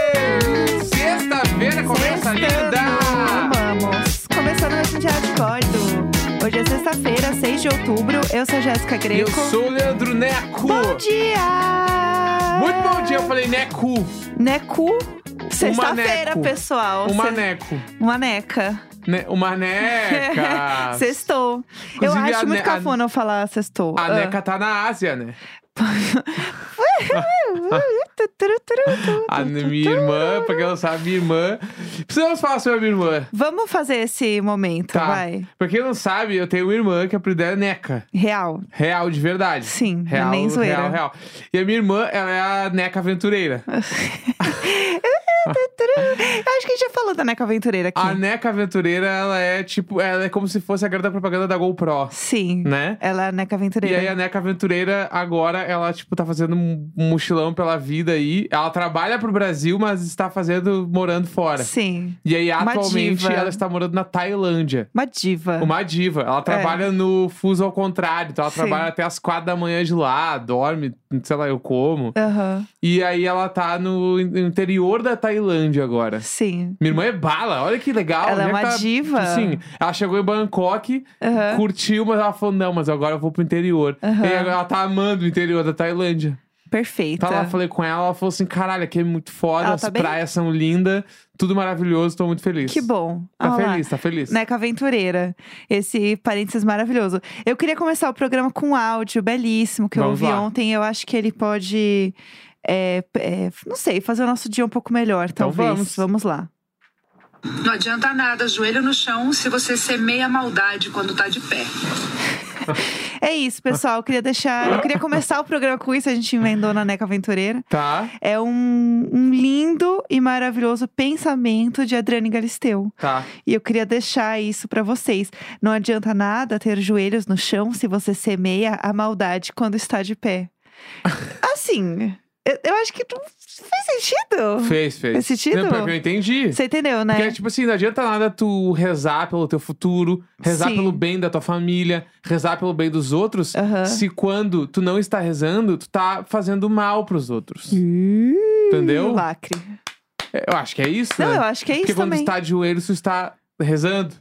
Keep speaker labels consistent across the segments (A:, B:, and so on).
A: um concordo. Hoje é sexta-feira, 6 de outubro. Eu sou a Jéssica
B: Eu
A: Greco.
B: sou o Leandro Neco.
A: Bom dia!
B: Muito bom dia, eu falei Neco.
A: Necu. Sexta-feira,
B: neco.
A: pessoal.
B: Uma
A: Se-
B: Neco.
A: Uma neca.
B: Ne uma Neca.
A: Sextou. Eu
B: É, Inclusive,
A: acho
B: a
A: muito
B: ne- a-
A: cafona eu falar sextou.
B: A
A: Ah.
B: Neca tá na Ásia, né? A ne- minha irmã, pra quem não sabe, minha irmã. Precisamos falar sobre a minha irmã.
A: Vamos fazer esse momento,
B: Tá.
A: vai.
B: Pra quem não sabe, eu tenho uma irmã que a apelidou é Neca.
A: Real.
B: Real, de verdade.
A: Sim, é
B: real,
A: nem zoeira.
B: real, real. E a minha irmã, ela é a Neca Aventureira.
A: Eu acho que a gente já falou da Neca Aventureira aqui.
B: A Neca Aventureira, ela é tipo, ela é como se fosse a garota propaganda da GoPro,
A: Sim.
B: né?
A: Ela é a Neca
B: E
A: Aventureira.
B: aí a Neca Aventureira agora, ela, tipo, tá fazendo um um mochilão pela vida aí. Ela trabalha pro Brasil, mas está fazendo, morando fora.
A: Sim.
B: E aí,
A: Uma
B: atualmente,
A: diva.
B: ela está morando na Tailândia.
A: Uma diva.
B: Uma diva. Ela trabalha no fuso ao contrário. Então ela
A: É. Sim.
B: trabalha até as quatro da manhã de lá, dorme, sei lá, eu como.
A: Aham.
B: E aí ela tá no in- interior da Tailândia agora.
A: Sim.
B: Minha irmã é bala, olha que legal.
A: Ela é
B: onde que
A: uma
B: tá-
A: diva.
B: Sim, ela chegou em Bangkok,
A: Aham.
B: curtiu, mas ela falou: não, mas agora eu vou pro interior.
A: Aham.
B: E agora ela tá amando o interior da Tailândia.
A: Perfeita.
B: Tá lá, falei com ela, ela falou assim: caralho, aqui é muito foda,
A: Ela
B: as
A: tá bem?
B: praias são lindas, tudo maravilhoso, tô muito feliz.
A: Que bom.
B: Tá
A: Ah lá.
B: feliz, tá feliz.
A: Neca Aventureira. Esse parênteses maravilhoso. Eu queria começar o programa com um áudio belíssimo que
B: Vamos
A: eu ouvi
B: lá.
A: ontem. Eu acho que ele pode, é, p- é, não sei, fazer o nosso dia um pouco melhor,
B: Então
A: talvez.
B: vamos.
A: lá.
C: Não adianta nada, joelho no chão, se você semeia maldade quando tá de pé.
A: É isso, pessoal. Eu queria deixar. Eu queria começar o programa com isso. A gente emendou na Neca Aventureira.
B: Tá,
A: É um, um lindo e maravilhoso pensamento de Adriane Galisteu.
B: tá.
A: E eu queria deixar isso pra vocês. Não adianta nada ter joelhos no chão se você semeia a maldade quando está de pé. Assim, eu, eu acho que não fez sentido.
B: Fez, fez.
A: Nesse título?
B: Não, pior que eu entendi.
A: Você entendeu,
B: Porque,
A: né?
B: tipo assim, não adianta nada tu rezar pelo teu futuro, rezar
A: Sim.
B: pelo bem da tua família, rezar pelo bem dos outros,
A: Aham.
B: se quando tu não está rezando, tu tá fazendo mal pros outros.
A: Entendeu?
B: é Entendeu?
A: Lacre.
B: Eu acho que é isso,
A: Não,
B: né?
A: eu acho que é
B: Porque
A: isso
B: quando
A: também.
B: tu tá de joelho, tu está rezando.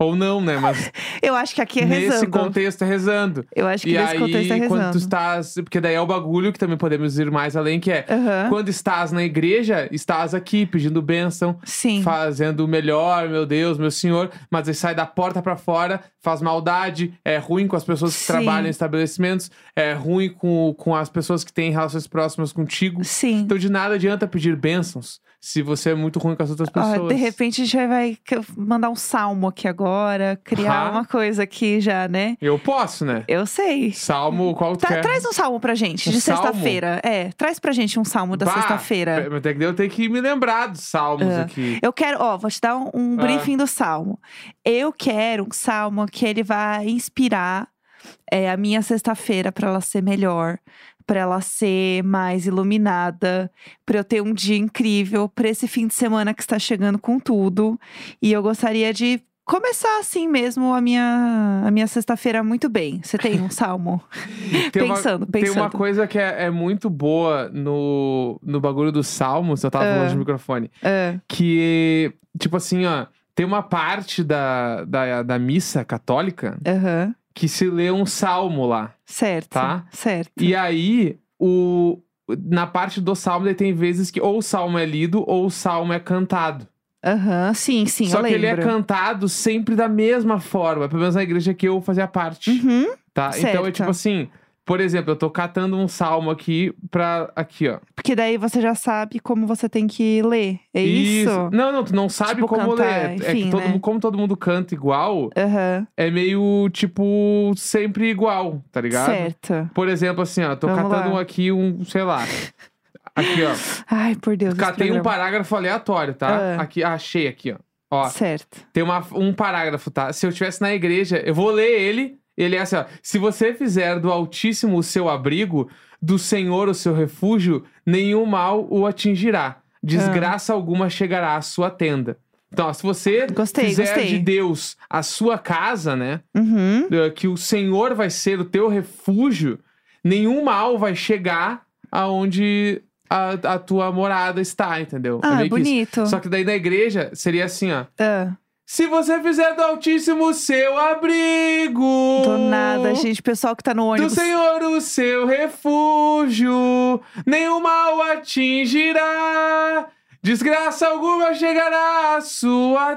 B: Ou não, né? Mas
A: Eu acho que aqui é
B: nesse
A: rezando.
B: contexto é rezando.
A: Eu acho que
B: E
A: nesse
B: aí,
A: contexto é
B: quando tu
A: rezando.
B: estás. Porque daí é o bagulho que também podemos ir mais além, que é.
A: Aham.
B: Quando estás na igreja, estás aqui pedindo bênção,
A: Sim.
B: fazendo o melhor, meu Deus, meu Senhor, mas ele sai da porta pra fora, faz maldade, é ruim com as pessoas que
A: Sim.
B: trabalham em estabelecimentos, é ruim com, com as pessoas que têm relações próximas contigo.
A: Sim.
B: Então de nada adianta pedir bênçãos se você é muito ruim com as outras
A: Ó,
B: pessoas.
A: Ah, de repente a gente vai mandar um salmo aqui agora, criar
B: Ah.
A: uma coisa aqui já, né?
B: Eu posso, né?
A: Eu sei.
B: Salmo qual tu
A: Tá,
B: quer.
A: traz um salmo pra gente,
B: Um
A: de
B: salmo?
A: sexta-feira. É, traz pra gente um salmo da
B: Bah,
A: sexta-feira.
B: É, Mas tem que- eu tenho que me lembrar dos salmos
A: Ah.
B: aqui.
A: Eu quero, ó, vou te dar um, um
B: Ah.
A: briefing do salmo. Eu quero um salmo que ele vai inspirar é, a minha sexta-feira pra ela ser melhor, pra ela ser mais iluminada, pra eu ter um dia incrível, pra esse fim de semana que está chegando com tudo. E eu gostaria de começar assim mesmo a minha, a minha sexta-feira muito bem. Você tem um salmo? Pensando,
B: uma, Tem uma
A: pensando.
B: coisa que é, é muito boa no, no bagulho dos salmos, eu tava
A: Ah.
B: falando de microfone.
A: Ah,
B: que, tipo assim, ó, tem uma parte da, da, da missa católica
A: Aham.
B: que se lê um salmo lá.
A: Certo.
B: Tá?
A: Certo.
B: E aí, o, na parte do salmo, daí tem vezes que ou o salmo é lido ou o salmo é cantado.
A: Aham, sim, sim,
B: Só
A: eu
B: que
A: lembro.
B: ele é cantado sempre da mesma forma, pelo menos na igreja que eu fazia parte.
A: Uhum,
B: Tá? Então é
A: certo.
B: tipo assim. Por exemplo, eu tô catando um salmo aqui pra. Aqui, ó.
A: porque daí você já sabe como você tem que ler. É isso?
B: Não, não, tu não sabe
A: Tipo,
B: como
A: cantar,
B: ler. é
A: enfim,
B: que todo,
A: né?
B: mundo- como todo mundo canta igual,
A: Aham,
B: é meio, tipo, sempre igual, tá ligado?
A: certo.
B: Por exemplo, assim, ó, tô
A: Vamos
B: catando
A: lá.
B: um aqui, um, sei lá. Aqui, ó.
A: Ai, por Deus. esse
B: Catei um
A: programa.
B: parágrafo aleatório, tá?
A: Ah.
B: Aqui, achei aqui, ó. Ó,
A: Certo.
B: tem uma, um parágrafo, tá? Se eu estivesse na igreja, eu vou ler ele. Ele é assim, ó. Se você fizer do Altíssimo o seu abrigo, do Senhor o seu refúgio, nenhum mal o atingirá. Desgraça alguma chegará à sua tenda. Então, ó, se você
A: Gostei,
B: fizer
A: gostei.
B: de Deus a sua casa, né?
A: Uhum.
B: eh, que o Senhor vai ser o teu refúgio, nenhum mal vai chegar aonde a, a tua morada está, entendeu? É
A: Ah,
B: meio que isso.
A: bonito.
B: Só que daí na igreja seria assim, ó.
A: Ah,
B: Se você fizer do Altíssimo seu abrigo.
A: Do nada, gente. Pessoal que tá no
B: Do
A: ônibus.
B: Senhor o seu refúgio, nenhum mal atingirá. Desgraça alguma chegará à sua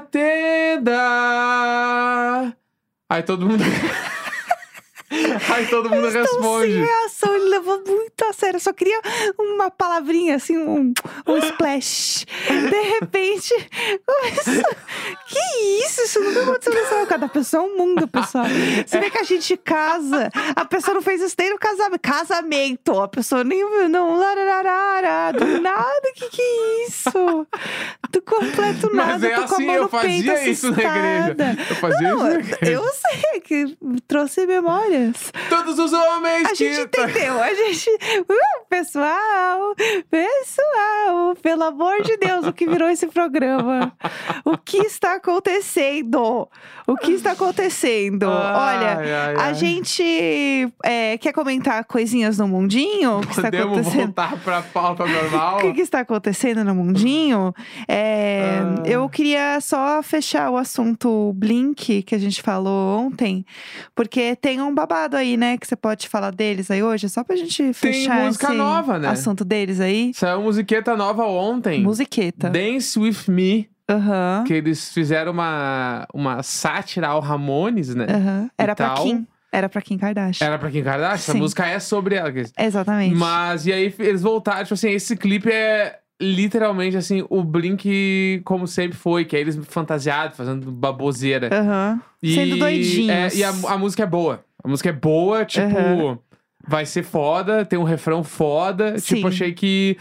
B: tenda. Aí todo mundo. Aí todo mundo
A: Então, sim,
B: responde.
A: a ação ele levou muito a sério. Eu só queria uma palavrinha, assim, um, um splash. De repente, começou- que isso? Isso nunca aconteceu nessa Cada pessoa é um mundo, pessoal. Você vê que a gente casa, a pessoa não fez isso nem no casamento. Casamento, a pessoa nem viu, não. larararara, do nada, que que é isso? Do completo nada,
B: Mas é
A: tô
B: assim,
A: com a mão
B: eu
A: no peito,
B: fazia isso na
A: assustada.
B: igreja. Eu fazia isso
A: Não,
B: na igreja.
A: eu sei que trouxe memórias.
B: Todos os homens
A: A
B: que. tá-
A: gente entendeu, a gente. Uh, pessoal, pessoal, pelo amor de Deus, o que virou esse programa? O que está acontecendo? O que está acontecendo? Olha,
B: Ai, ai,
A: a
B: ai.
A: gente é, quer comentar coisinhas no mundinho? O que está
B: Podemos
A: acontecendo?
B: voltar pra pauta normal?
A: O que, que está acontecendo no mundinho? É,
B: Ah.
A: Eu queria só fechar o assunto Blink que a gente falou ontem, porque tem um babado aí, né? Que você pode falar deles aí hoje, só pra gente fechar
B: música
A: esse
B: nova, né?
A: assunto deles aí.
B: Saiu musiqueta nova ontem.
A: Musiqueta.
B: Dance With Me.
A: Aham.
B: Que eles fizeram uma, uma sátira ao Ramones, né?
A: aham. Era
B: E
A: pra
B: tal.
A: Kim. Era pra Kim Kardashian.
B: Era pra Kim Kardashian.
A: É. Sim.
B: A música é sobre ela. quer dizer.
A: Exatamente.
B: Mas, e aí eles voltaram, tipo assim, esse clipe é literalmente assim, o Blink como sempre foi, que é eles fantasiados, fazendo baboseira.
A: Aham.
B: E-
A: Sendo doidinhos.
B: é, e a, a música é boa. A música é boa, tipo,
A: Aham.
B: vai ser foda, tem um refrão foda.
A: Sim.
B: Tipo, achei que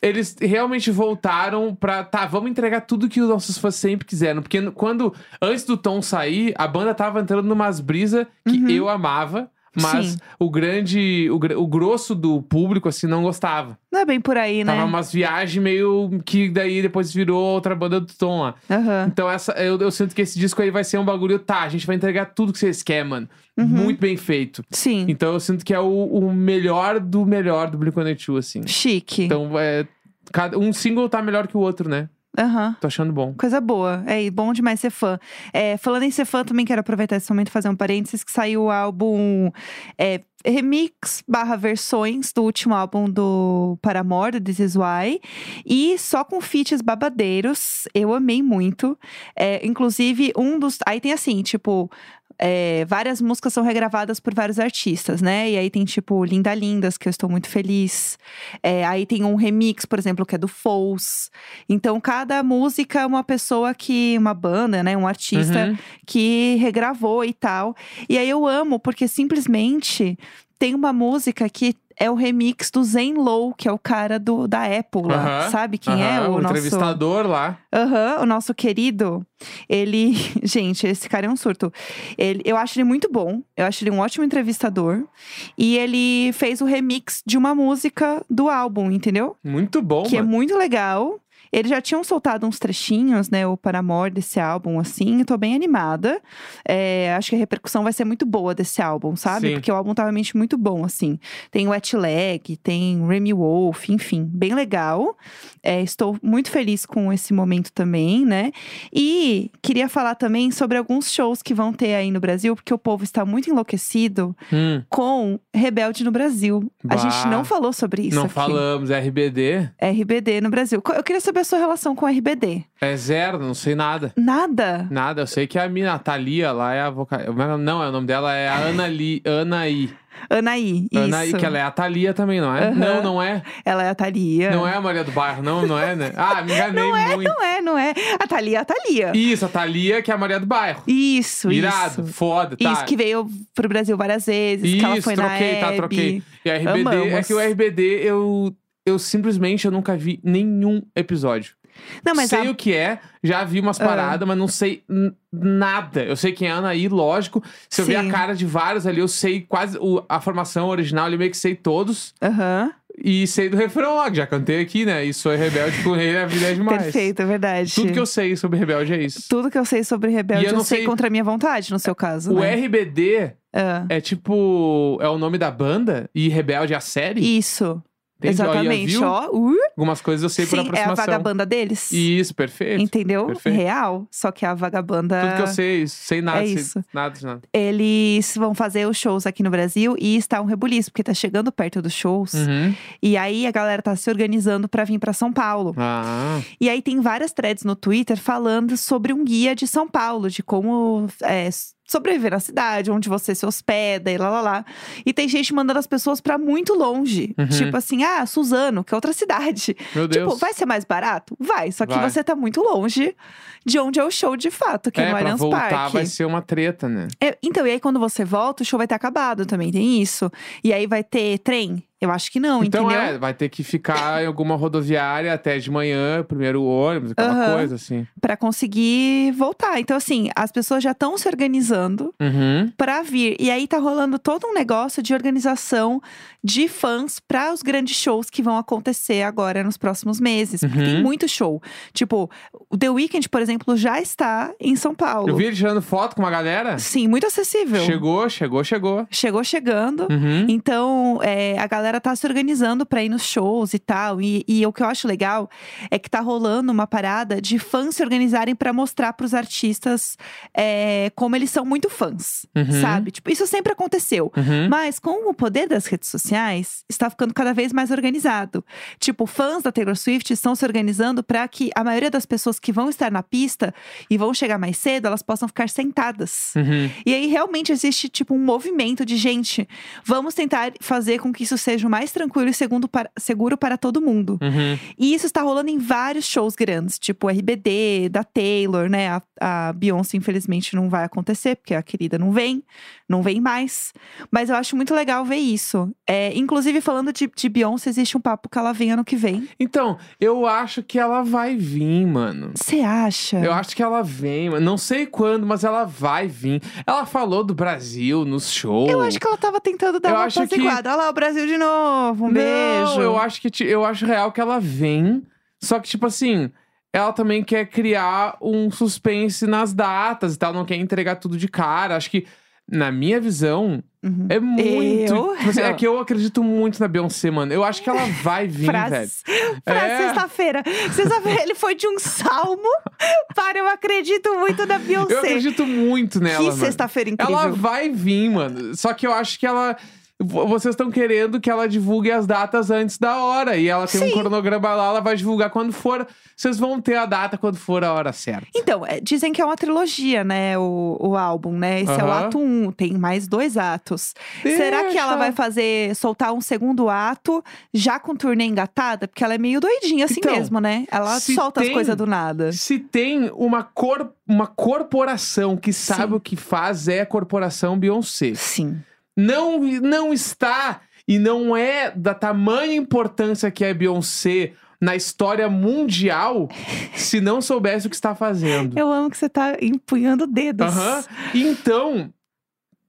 B: eles realmente voltaram pra. Tá, vamos entregar tudo que os nossos fãs sempre quiseram. Porque no- quando. Antes do Tom sair, a banda tava entrando numas brisas que
A: Uhum.
B: eu amava. Mas
A: Sim.
B: o grande. O, gr- o grosso do público, assim, não gostava.
A: Não é bem por aí, né?
B: Tava umas viagens meio que daí depois virou outra banda do Tom lá.
A: Aham.
B: Então, essa, eu, eu sinto que esse disco aí vai ser um bagulho. Tá, a gente vai entregar tudo que vocês querem, mano.
A: Uhum.
B: Muito bem feito.
A: Sim.
B: Então, eu sinto que é o, o melhor do melhor do Blink-182, assim.
A: Chique.
B: Então, é, cada, um single tá melhor que o outro, né?
A: Aham.
B: Tô achando bom.
A: Coisa boa. É e bom demais ser fã. É, falando em ser fã, também quero aproveitar esse momento e fazer um parênteses que saiu o álbum é, remix barra versões do último álbum do Paramore, do This Is Why. E só com feats babadeiros. Eu amei muito. É, inclusive, um dos. Aí tem assim, tipo. é, várias músicas são regravadas por vários artistas, né? E aí tem, tipo, Linda Lindas, que eu estou muito feliz. É, aí tem um remix, por exemplo, que é do Fouls. Então, cada música é uma pessoa que. Uma banda, né? Um artista
B: Uhum.
A: que regravou e tal. E aí eu amo, porque simplesmente tem uma música que é o remix do Zen Low, que é o cara do, da Apple lá.
B: Aham,
A: Sabe quem é?
B: Aham,
A: O,
B: o
A: nosso.
B: entrevistador lá.
A: Aham, o nosso querido. Ele. Gente, esse cara é um surto. Ele- eu acho ele muito bom. Eu acho ele um ótimo entrevistador. E ele fez o remix de uma música do álbum, entendeu?
B: Muito bom,
A: que
B: mano.
A: é muito legal. Eles já tinham soltado uns trechinhos, né? O Paramore desse álbum, assim. Eu tô bem animada. É, acho que a repercussão vai ser muito boa desse álbum, sabe?
B: Sim.
A: Porque o álbum tá realmente muito bom, assim. Tem Wet Leg, tem Remy Wolf, enfim, bem legal. É, estou muito feliz com esse momento também, né? E queria falar também sobre alguns shows que vão ter aí no Brasil, porque o povo está muito enlouquecido
B: Hum,
A: com Rebelde no Brasil. A
B: Bah.
A: gente não falou sobre isso.
B: não
A: aqui.
B: falamos, é RBD.
A: RBD no Brasil. Co- Eu queria saber a sua relação com RBD.
B: É zero, não sei nada.
A: Nada.
B: Nada, eu sei que a mina, a Thalia lá é a vocalista. Não, é o nome dela é a Ana Li, Anaí.
A: Anaí, isso.
B: Anaí, que ela é a Thalia também, não é?
A: Aham.
B: Não, não é.
A: Ela é a Thalia.
B: Não é a Maria do Bairro, não, não é, né? Ah, me enganei muito.
A: Não é, não é. A Thalia é a Thalia.
B: Isso, a Thalia, que é a Maria do Bairro.
A: Isso,
B: Irado,
A: isso.
B: foda, tá.
A: Isso que veio pro Brasil várias vezes, que ela
B: Isso,
A: foi
B: troquei,
A: na
B: tá,
A: Hebe.
B: troquei. E a RBD, é
A: Amamos.
B: que o RBD, eu, eu simplesmente eu nunca vi nenhum episódio.
A: Não, mas
B: sei
A: a- Ah.
B: o que é, já vi umas paradas, mas não sei n- nada. Eu sei quem é a Anaí, lógico. Se eu ver
A: Sim.
B: a cara de vários ali, eu sei quase o- a formação original, eu meio que sei todos.
A: Aham,
B: E sei do refrão lá, que já cantei aqui, né? E sou rebelde com ele, a vida é demais.
A: perfeito, é verdade.
B: Tudo que eu sei sobre Rebelde é isso.
A: Tudo que eu sei sobre Rebelde,
B: E eu não
A: sei,
B: sei-
A: contra a minha vontade, no seu caso.
B: O
A: né?
B: RBD
A: Ah,
B: é tipo. É o nome da banda e Rebelde é a série?
A: Isso.
B: Entende? Ó, ia,
A: Exatamente,
B: viu?
A: ó. Uh,
B: Algumas coisas eu sei por
A: sim, é a
B: aproximação.
A: vagabanda deles.
B: Isso, perfeito.
A: Entendeu?
B: Perfeito.
A: Real. Só que a vagabanda.
B: Tudo que eu sei, sem nada,
A: Então, É
B: sei
A: isso.
B: nada de nada.
A: Eles vão fazer os shows aqui no Brasil e está um rebuliço, porque tá chegando perto dos shows.
B: Uhum.
A: E aí a galera tá se organizando pra vir pra São Paulo.
B: Ah,
A: E aí tem várias threads no Twitter falando sobre um guia de São Paulo, de como é, sobreviver na cidade, onde você se hospeda e lá lá lá. E tem gente mandando as pessoas pra muito longe.
B: Uhum.
A: Tipo assim, ah, Suzano, que é outra cidade.
B: meu Deus.
A: Tipo, vai ser mais barato? Vai, só que
B: Vai.
A: você tá muito longe de onde é o show de fato, que é,
B: é,
A: no
B: pra
A: Allianz
B: voltar
A: Parque.
B: vai ser uma treta, né?
A: É, então, e aí quando você volta, o show vai ter acabado também, tem isso. E aí vai ter trem? Eu acho que não,
B: então
A: entendeu?
B: é, vai ter que ficar em alguma rodoviária até de manhã, primeiro o ônibus, aquela
A: Aham.
B: coisa assim.
A: Pra conseguir voltar. Então, assim, as pessoas já estão se organizando
B: Uhum.
A: pra vir. E aí tá rolando todo um negócio de organização de fãs pra os grandes shows que vão acontecer agora nos próximos meses. Porque
B: Uhum.
A: tem muito show. Tipo, o The Weeknd, por exemplo, já está em São Paulo.
B: Eu vi ele tirando foto com uma galera.
A: Sim, muito acessível.
B: Chegou, chegou, chegou.
A: Chegou chegando.
B: Uhum.
A: Então, é, a galera tá se organizando pra ir nos shows e tal. E, e o que eu acho legal é que tá rolando uma parada de fãs se organizarem pra mostrar pros artistas é, como eles são muito fãs,
B: Uhum.
A: sabe? Tipo, isso sempre aconteceu.
B: Uhum.
A: Mas com o poder das redes sociais, está ficando cada vez mais organizado. Tipo, fãs da Taylor Swift estão se organizando pra que a maioria das pessoas que vão estar na pista e vão chegar mais cedo, elas possam ficar sentadas.
B: Uhum.
A: E aí realmente existe tipo um movimento de gente, vamos tentar fazer com que isso seja o mais tranquilo e segundo para- seguro para todo mundo.
B: Uhum.
A: E isso está rolando em vários shows grandes, tipo RBD, da Taylor, né? A, a Beyoncé infelizmente não vai acontecer, porque a querida não vem, não vem mais. Mas eu acho muito legal ver isso. É, inclusive falando de, de Beyoncé, existe um papo que ela vem ano que vem.
B: Então, eu acho que ela vai vir, mano.
A: Você acha?
B: Eu acho que ela vem, mano. Não sei quando, mas ela vai vir. Ela falou do Brasil nos shows.
A: Eu acho que ela tava tentando dar
B: Eu
A: uma
B: acho que-
A: apaziguada. Olha lá, o Brasil de novo. Um
B: não,
A: beijo.
B: Eu acho que ti- eu acho real que ela vem. Só que, tipo assim, ela também quer criar um suspense nas datas e tal, não quer entregar tudo de cara. Acho que, na minha visão,
A: Uhum.
B: é muito.
A: Eu?
B: Tipo assim, É que eu acredito muito na Beyoncé, mano. Eu acho que ela vai vir, velho.
A: Frase, frase
B: É.
A: sexta-feira. Sexta-feira ele foi de um salmo para eu acredito muito na Beyoncé.
B: Eu acredito muito nela.
A: que
B: mano.
A: sexta-feira incrível.
B: Ela vai vir, mano. Só que eu acho que ela. vo- Vocês estão querendo que ela divulgue as datas antes da hora. E ela tem um
A: Sim.
B: cronograma lá, ela vai divulgar quando for. Vocês vão ter a data quando for a hora certa.
A: Então, é, dizem que é uma trilogia, né? O, o álbum, né? Esse é o
B: Aham.
A: ato 1, um, tem mais dois atos.
B: Deixa.
A: Será que ela vai fazer, soltar um segundo ato já com turnê engatada? Porque ela é meio doidinha assim
B: Então,
A: mesmo, né? Ela
B: se
A: solta
B: tem-
A: as coisas do nada.
B: Se tem uma, cor, uma corporação que sabe
A: Sim.
B: o que faz, é a corporação Beyoncé.
A: Sim.
B: não, não está e não é da tamanha importância que é Beyoncé na história mundial se não soubesse o que está fazendo.
A: Eu amo que você tá empunhando dedos.
B: Aham. Então,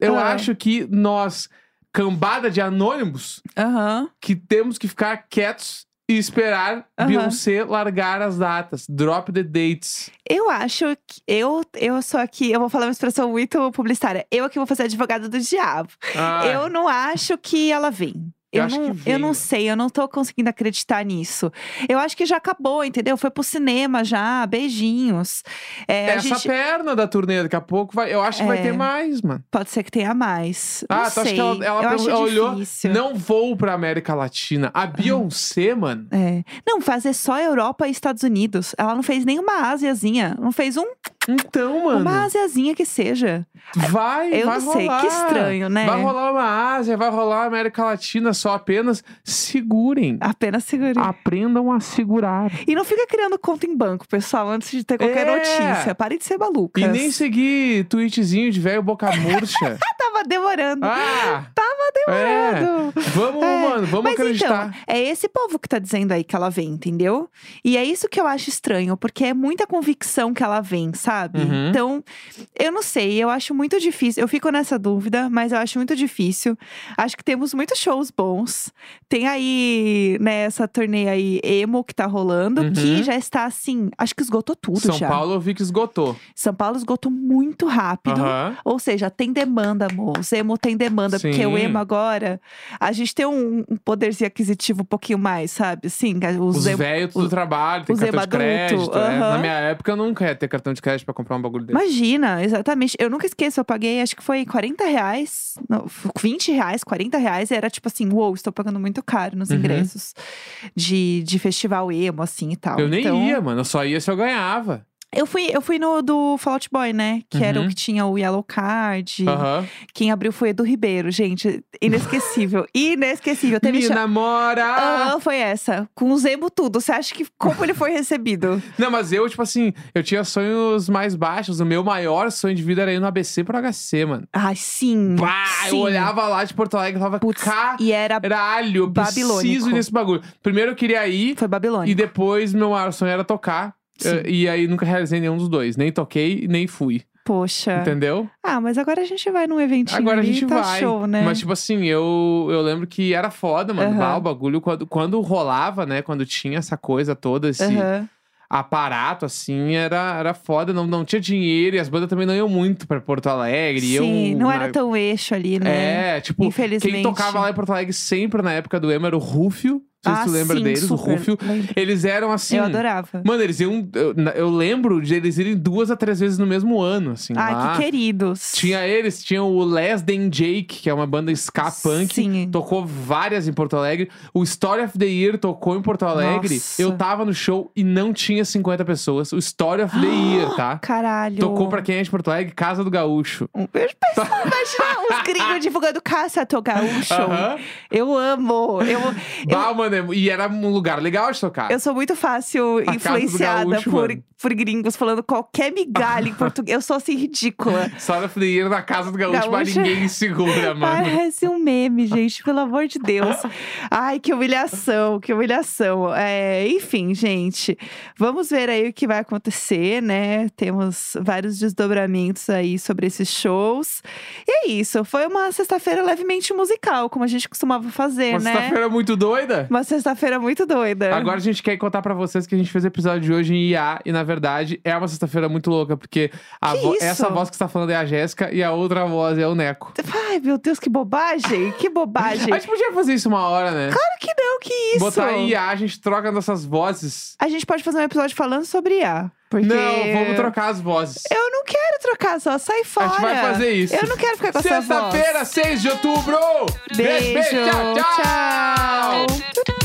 B: eu
A: Ah.
B: acho que nós, cambada de anônimos,
A: Aham.
B: que temos que ficar quietos e esperar
A: Aham.
B: Beyoncé largar as datas. Drop the dates.
A: Eu acho que. Eu, eu sou aqui. Eu vou falar uma expressão muito publicitária. Eu aqui vou fazer advogada do diabo.
B: Ah,
A: Eu não acho que ela vem.
B: Eu
A: Eu,
B: acho
A: não,
B: que vem.
A: eu não sei, eu não tô conseguindo acreditar nisso. Eu acho que já acabou, entendeu? Foi pro cinema já, beijinhos. É, a
B: Essa
A: gente,
B: perna da turnê daqui a pouco vai. Eu acho que vai
A: É.
B: ter mais, mano.
A: Pode ser que tenha mais.
B: Ah,
A: não
B: tu
A: sei.
B: acha que ela- ela
A: eu
B: pensou-
A: acho
B: ela olhou,
A: difícil.
B: Não vou pra América Latina. A Beyoncé, mano.
A: É. Não, fazer só Europa e Estados Unidos. Ela não fez nenhuma Ásiazinha. Não fez um,
B: Então, mano.
A: uma Ásiazinha que seja.
B: Vai,
A: Eu
B: vai
A: não sei,
B: rolar.
A: que estranho, né?
B: Vai rolar uma Ásia, vai rolar a América Latina, só apenas segurem.
A: Apenas segurei.
B: Aprendam a segurar.
A: E não fica criando conta em banco, pessoal, antes de ter qualquer
B: É.
A: notícia. Parem de ser malucas.
B: E nem seguir tweetzinho de velho boca murcha.
A: Ah, tava demorando.
B: ah!
A: Tava
B: É.
A: demorando.
B: Vamos,
A: É,
B: mano, vamos
A: Mas
B: acreditar.
A: então, é esse povo que tá dizendo aí que ela vem, entendeu? E é isso que eu acho estranho, porque é muita convicção que ela vem, sabe?
B: Uhum.
A: Então, eu não sei, eu acho muito difícil. Eu fico nessa dúvida, mas eu acho muito difícil. Acho que temos muitos shows bons. Tem aí, né, essa turnê aí emo que tá rolando,
B: Uhum.
A: que já está assim, acho que esgotou tudo
B: São
A: já.
B: Paulo eu vi que esgotou.
A: São Paulo esgotou muito rápido.
B: Aham.
A: Ou seja, tem demanda, amor. Os emo tem demanda, porque
B: Sim.
A: o emo mesmo agora, a gente tem um, um poderzinho aquisitivo um pouquinho mais, sabe? Sim,
B: Os velhos do trabalho, tem
A: os
B: cartão de
A: Zema
B: crédito.
A: adulto,
B: é.
A: aham.
B: Na minha época eu nunca ia ter cartão de crédito pra comprar um bagulho desse.
A: Imagina, exatamente. Eu nunca esqueço, eu paguei, acho que foi 40 reais, não, f- 20 reais, 40 reais. E era tipo assim, uou, estou pagando muito caro nos
B: Uhum.
A: ingressos de, de festival emo, assim e tal.
B: eu nem
A: Então,
B: ia, mano. Eu só ia se eu ganhava.
A: Eu fui, eu fui no do Fallout Boy, né? Que era o
B: Uhum.
A: que tinha o Yellow Card.
B: Aham.
A: Quem abriu foi Edu Ribeiro, gente. Inesquecível. inesquecível. Teve
B: Me
A: cha-
B: namora!
A: Aham, foi essa. Com o Zemo tudo. Você acha que como ele foi recebido?
B: Não, mas eu, tipo assim, eu tinha sonhos mais baixos. O meu maior sonho de vida era ir no ABC pro HC, mano.
A: Ai, sim.
B: Bah,
A: sim.
B: eu olhava lá de Porto Alegre e falava,
A: Putz,
B: caralho,
A: E era.
B: eu preciso
A: Babilônico.
B: ir nesse bagulho. Primeiro eu queria ir,
A: Foi Babilônia.
B: E depois meu maior sonho era tocar.
A: Sim.
B: eh, E aí nunca realizei nenhum dos dois. Nem toquei, nem fui.
A: Poxa.
B: Entendeu?
A: Ah, mas agora a gente vai num eventinho
B: Ah, então Agora a
A: ali,
B: gente
A: tá
B: vai.
A: show, né?
B: Mas, tipo assim, eu, eu lembro que era foda, mano.
A: Aham.
B: Lá o bagulho, quando, quando rolava, né? Quando tinha essa coisa toda, esse
A: Aham.
B: aparato, assim, era, era foda. Não, não tinha dinheiro e as bandas também não iam muito pra Porto Alegre.
A: Sim,
B: iam
A: não
B: na-
A: era tão eixo ali, né?
B: um É, tipo, quem
A: Infelizmente.
B: tocava lá em Porto Alegre sempre na época do Emo era o Rúfio. Não sei
A: ah,
B: se tu lembra
A: sim,
B: deles,
A: super.
B: o Rúfio.
A: Lembro.
B: Eles eram assim.
A: Eu adorava.
B: Mano, eles iam. Eu, na- eu lembro de eles irem duas a três vezes no mesmo ano, assim. lá.
A: Ai, que é queridos.
B: Tinha eles, tinha o Les Than Jake, que é uma banda ska punk.
A: Sim.
B: Tocou várias em Porto Alegre. O Story of the Year tocou em Porto Alegre.
A: Nossa.
B: Eu tava no show e não tinha 50 pessoas. O Story of the Year, tá?
A: Caralho.
B: Tocou pra quem é de Porto Alegre, Casa do Gaúcho.
A: Um beijo pra isso. Imagina os gringos divulgando caça to gaúcho.
B: Aham.
A: Eu amo. Eu, eu,
B: Bah, mano, é- e era um lugar legal de tocar.
A: eu sou muito fácil
B: Casa do
A: influenciada
B: Gaúcho,
A: por,
B: mano.
A: por gringos falando qualquer migalha em português. Eu sou assim ridícula.
B: Story of the Year na Casa do Gaúcho, mas
A: Gaúcho. é
B: ninguém segura, mano.
A: Parece um meme, gente, pelo amor de Deus. Ai, que humilhação, que humilhação. É, enfim, gente, vamos ver aí o que vai acontecer, né? Temos vários desdobramentos aí sobre esses shows. E é isso, foi uma sexta-feira levemente musical, como a gente costumava fazer,
B: Uma
A: né?
B: sexta-feira muito doida?
A: Uma sexta-feira muito doida.
B: Agora a gente quer contar pra vocês que a gente fez o episódio de hoje em IA e na verdade é uma sexta-feira muito louca, porque a
A: Que
B: vo-
A: isso?
B: essa voz que você tá falando é a Jéssica e a outra voz é o Neco.
A: Ai, meu Deus, que bobagem, que bobagem.
B: A gente podia fazer isso uma hora, né? Claro,
A: Claro que não, que isso.
B: Botar em IA, a gente troca nossas vozes.
A: A gente pode fazer um episódio falando sobre IA. Porque...
B: Não, vamos trocar as vozes.
A: Eu não quero trocar só, sai fora.
B: A gente vai fazer isso.
A: Eu não quero ficar com essa voz.
B: Sexta-feira, 6 de outubro!
A: Beijo,
B: tchau! tchau.
A: tchau.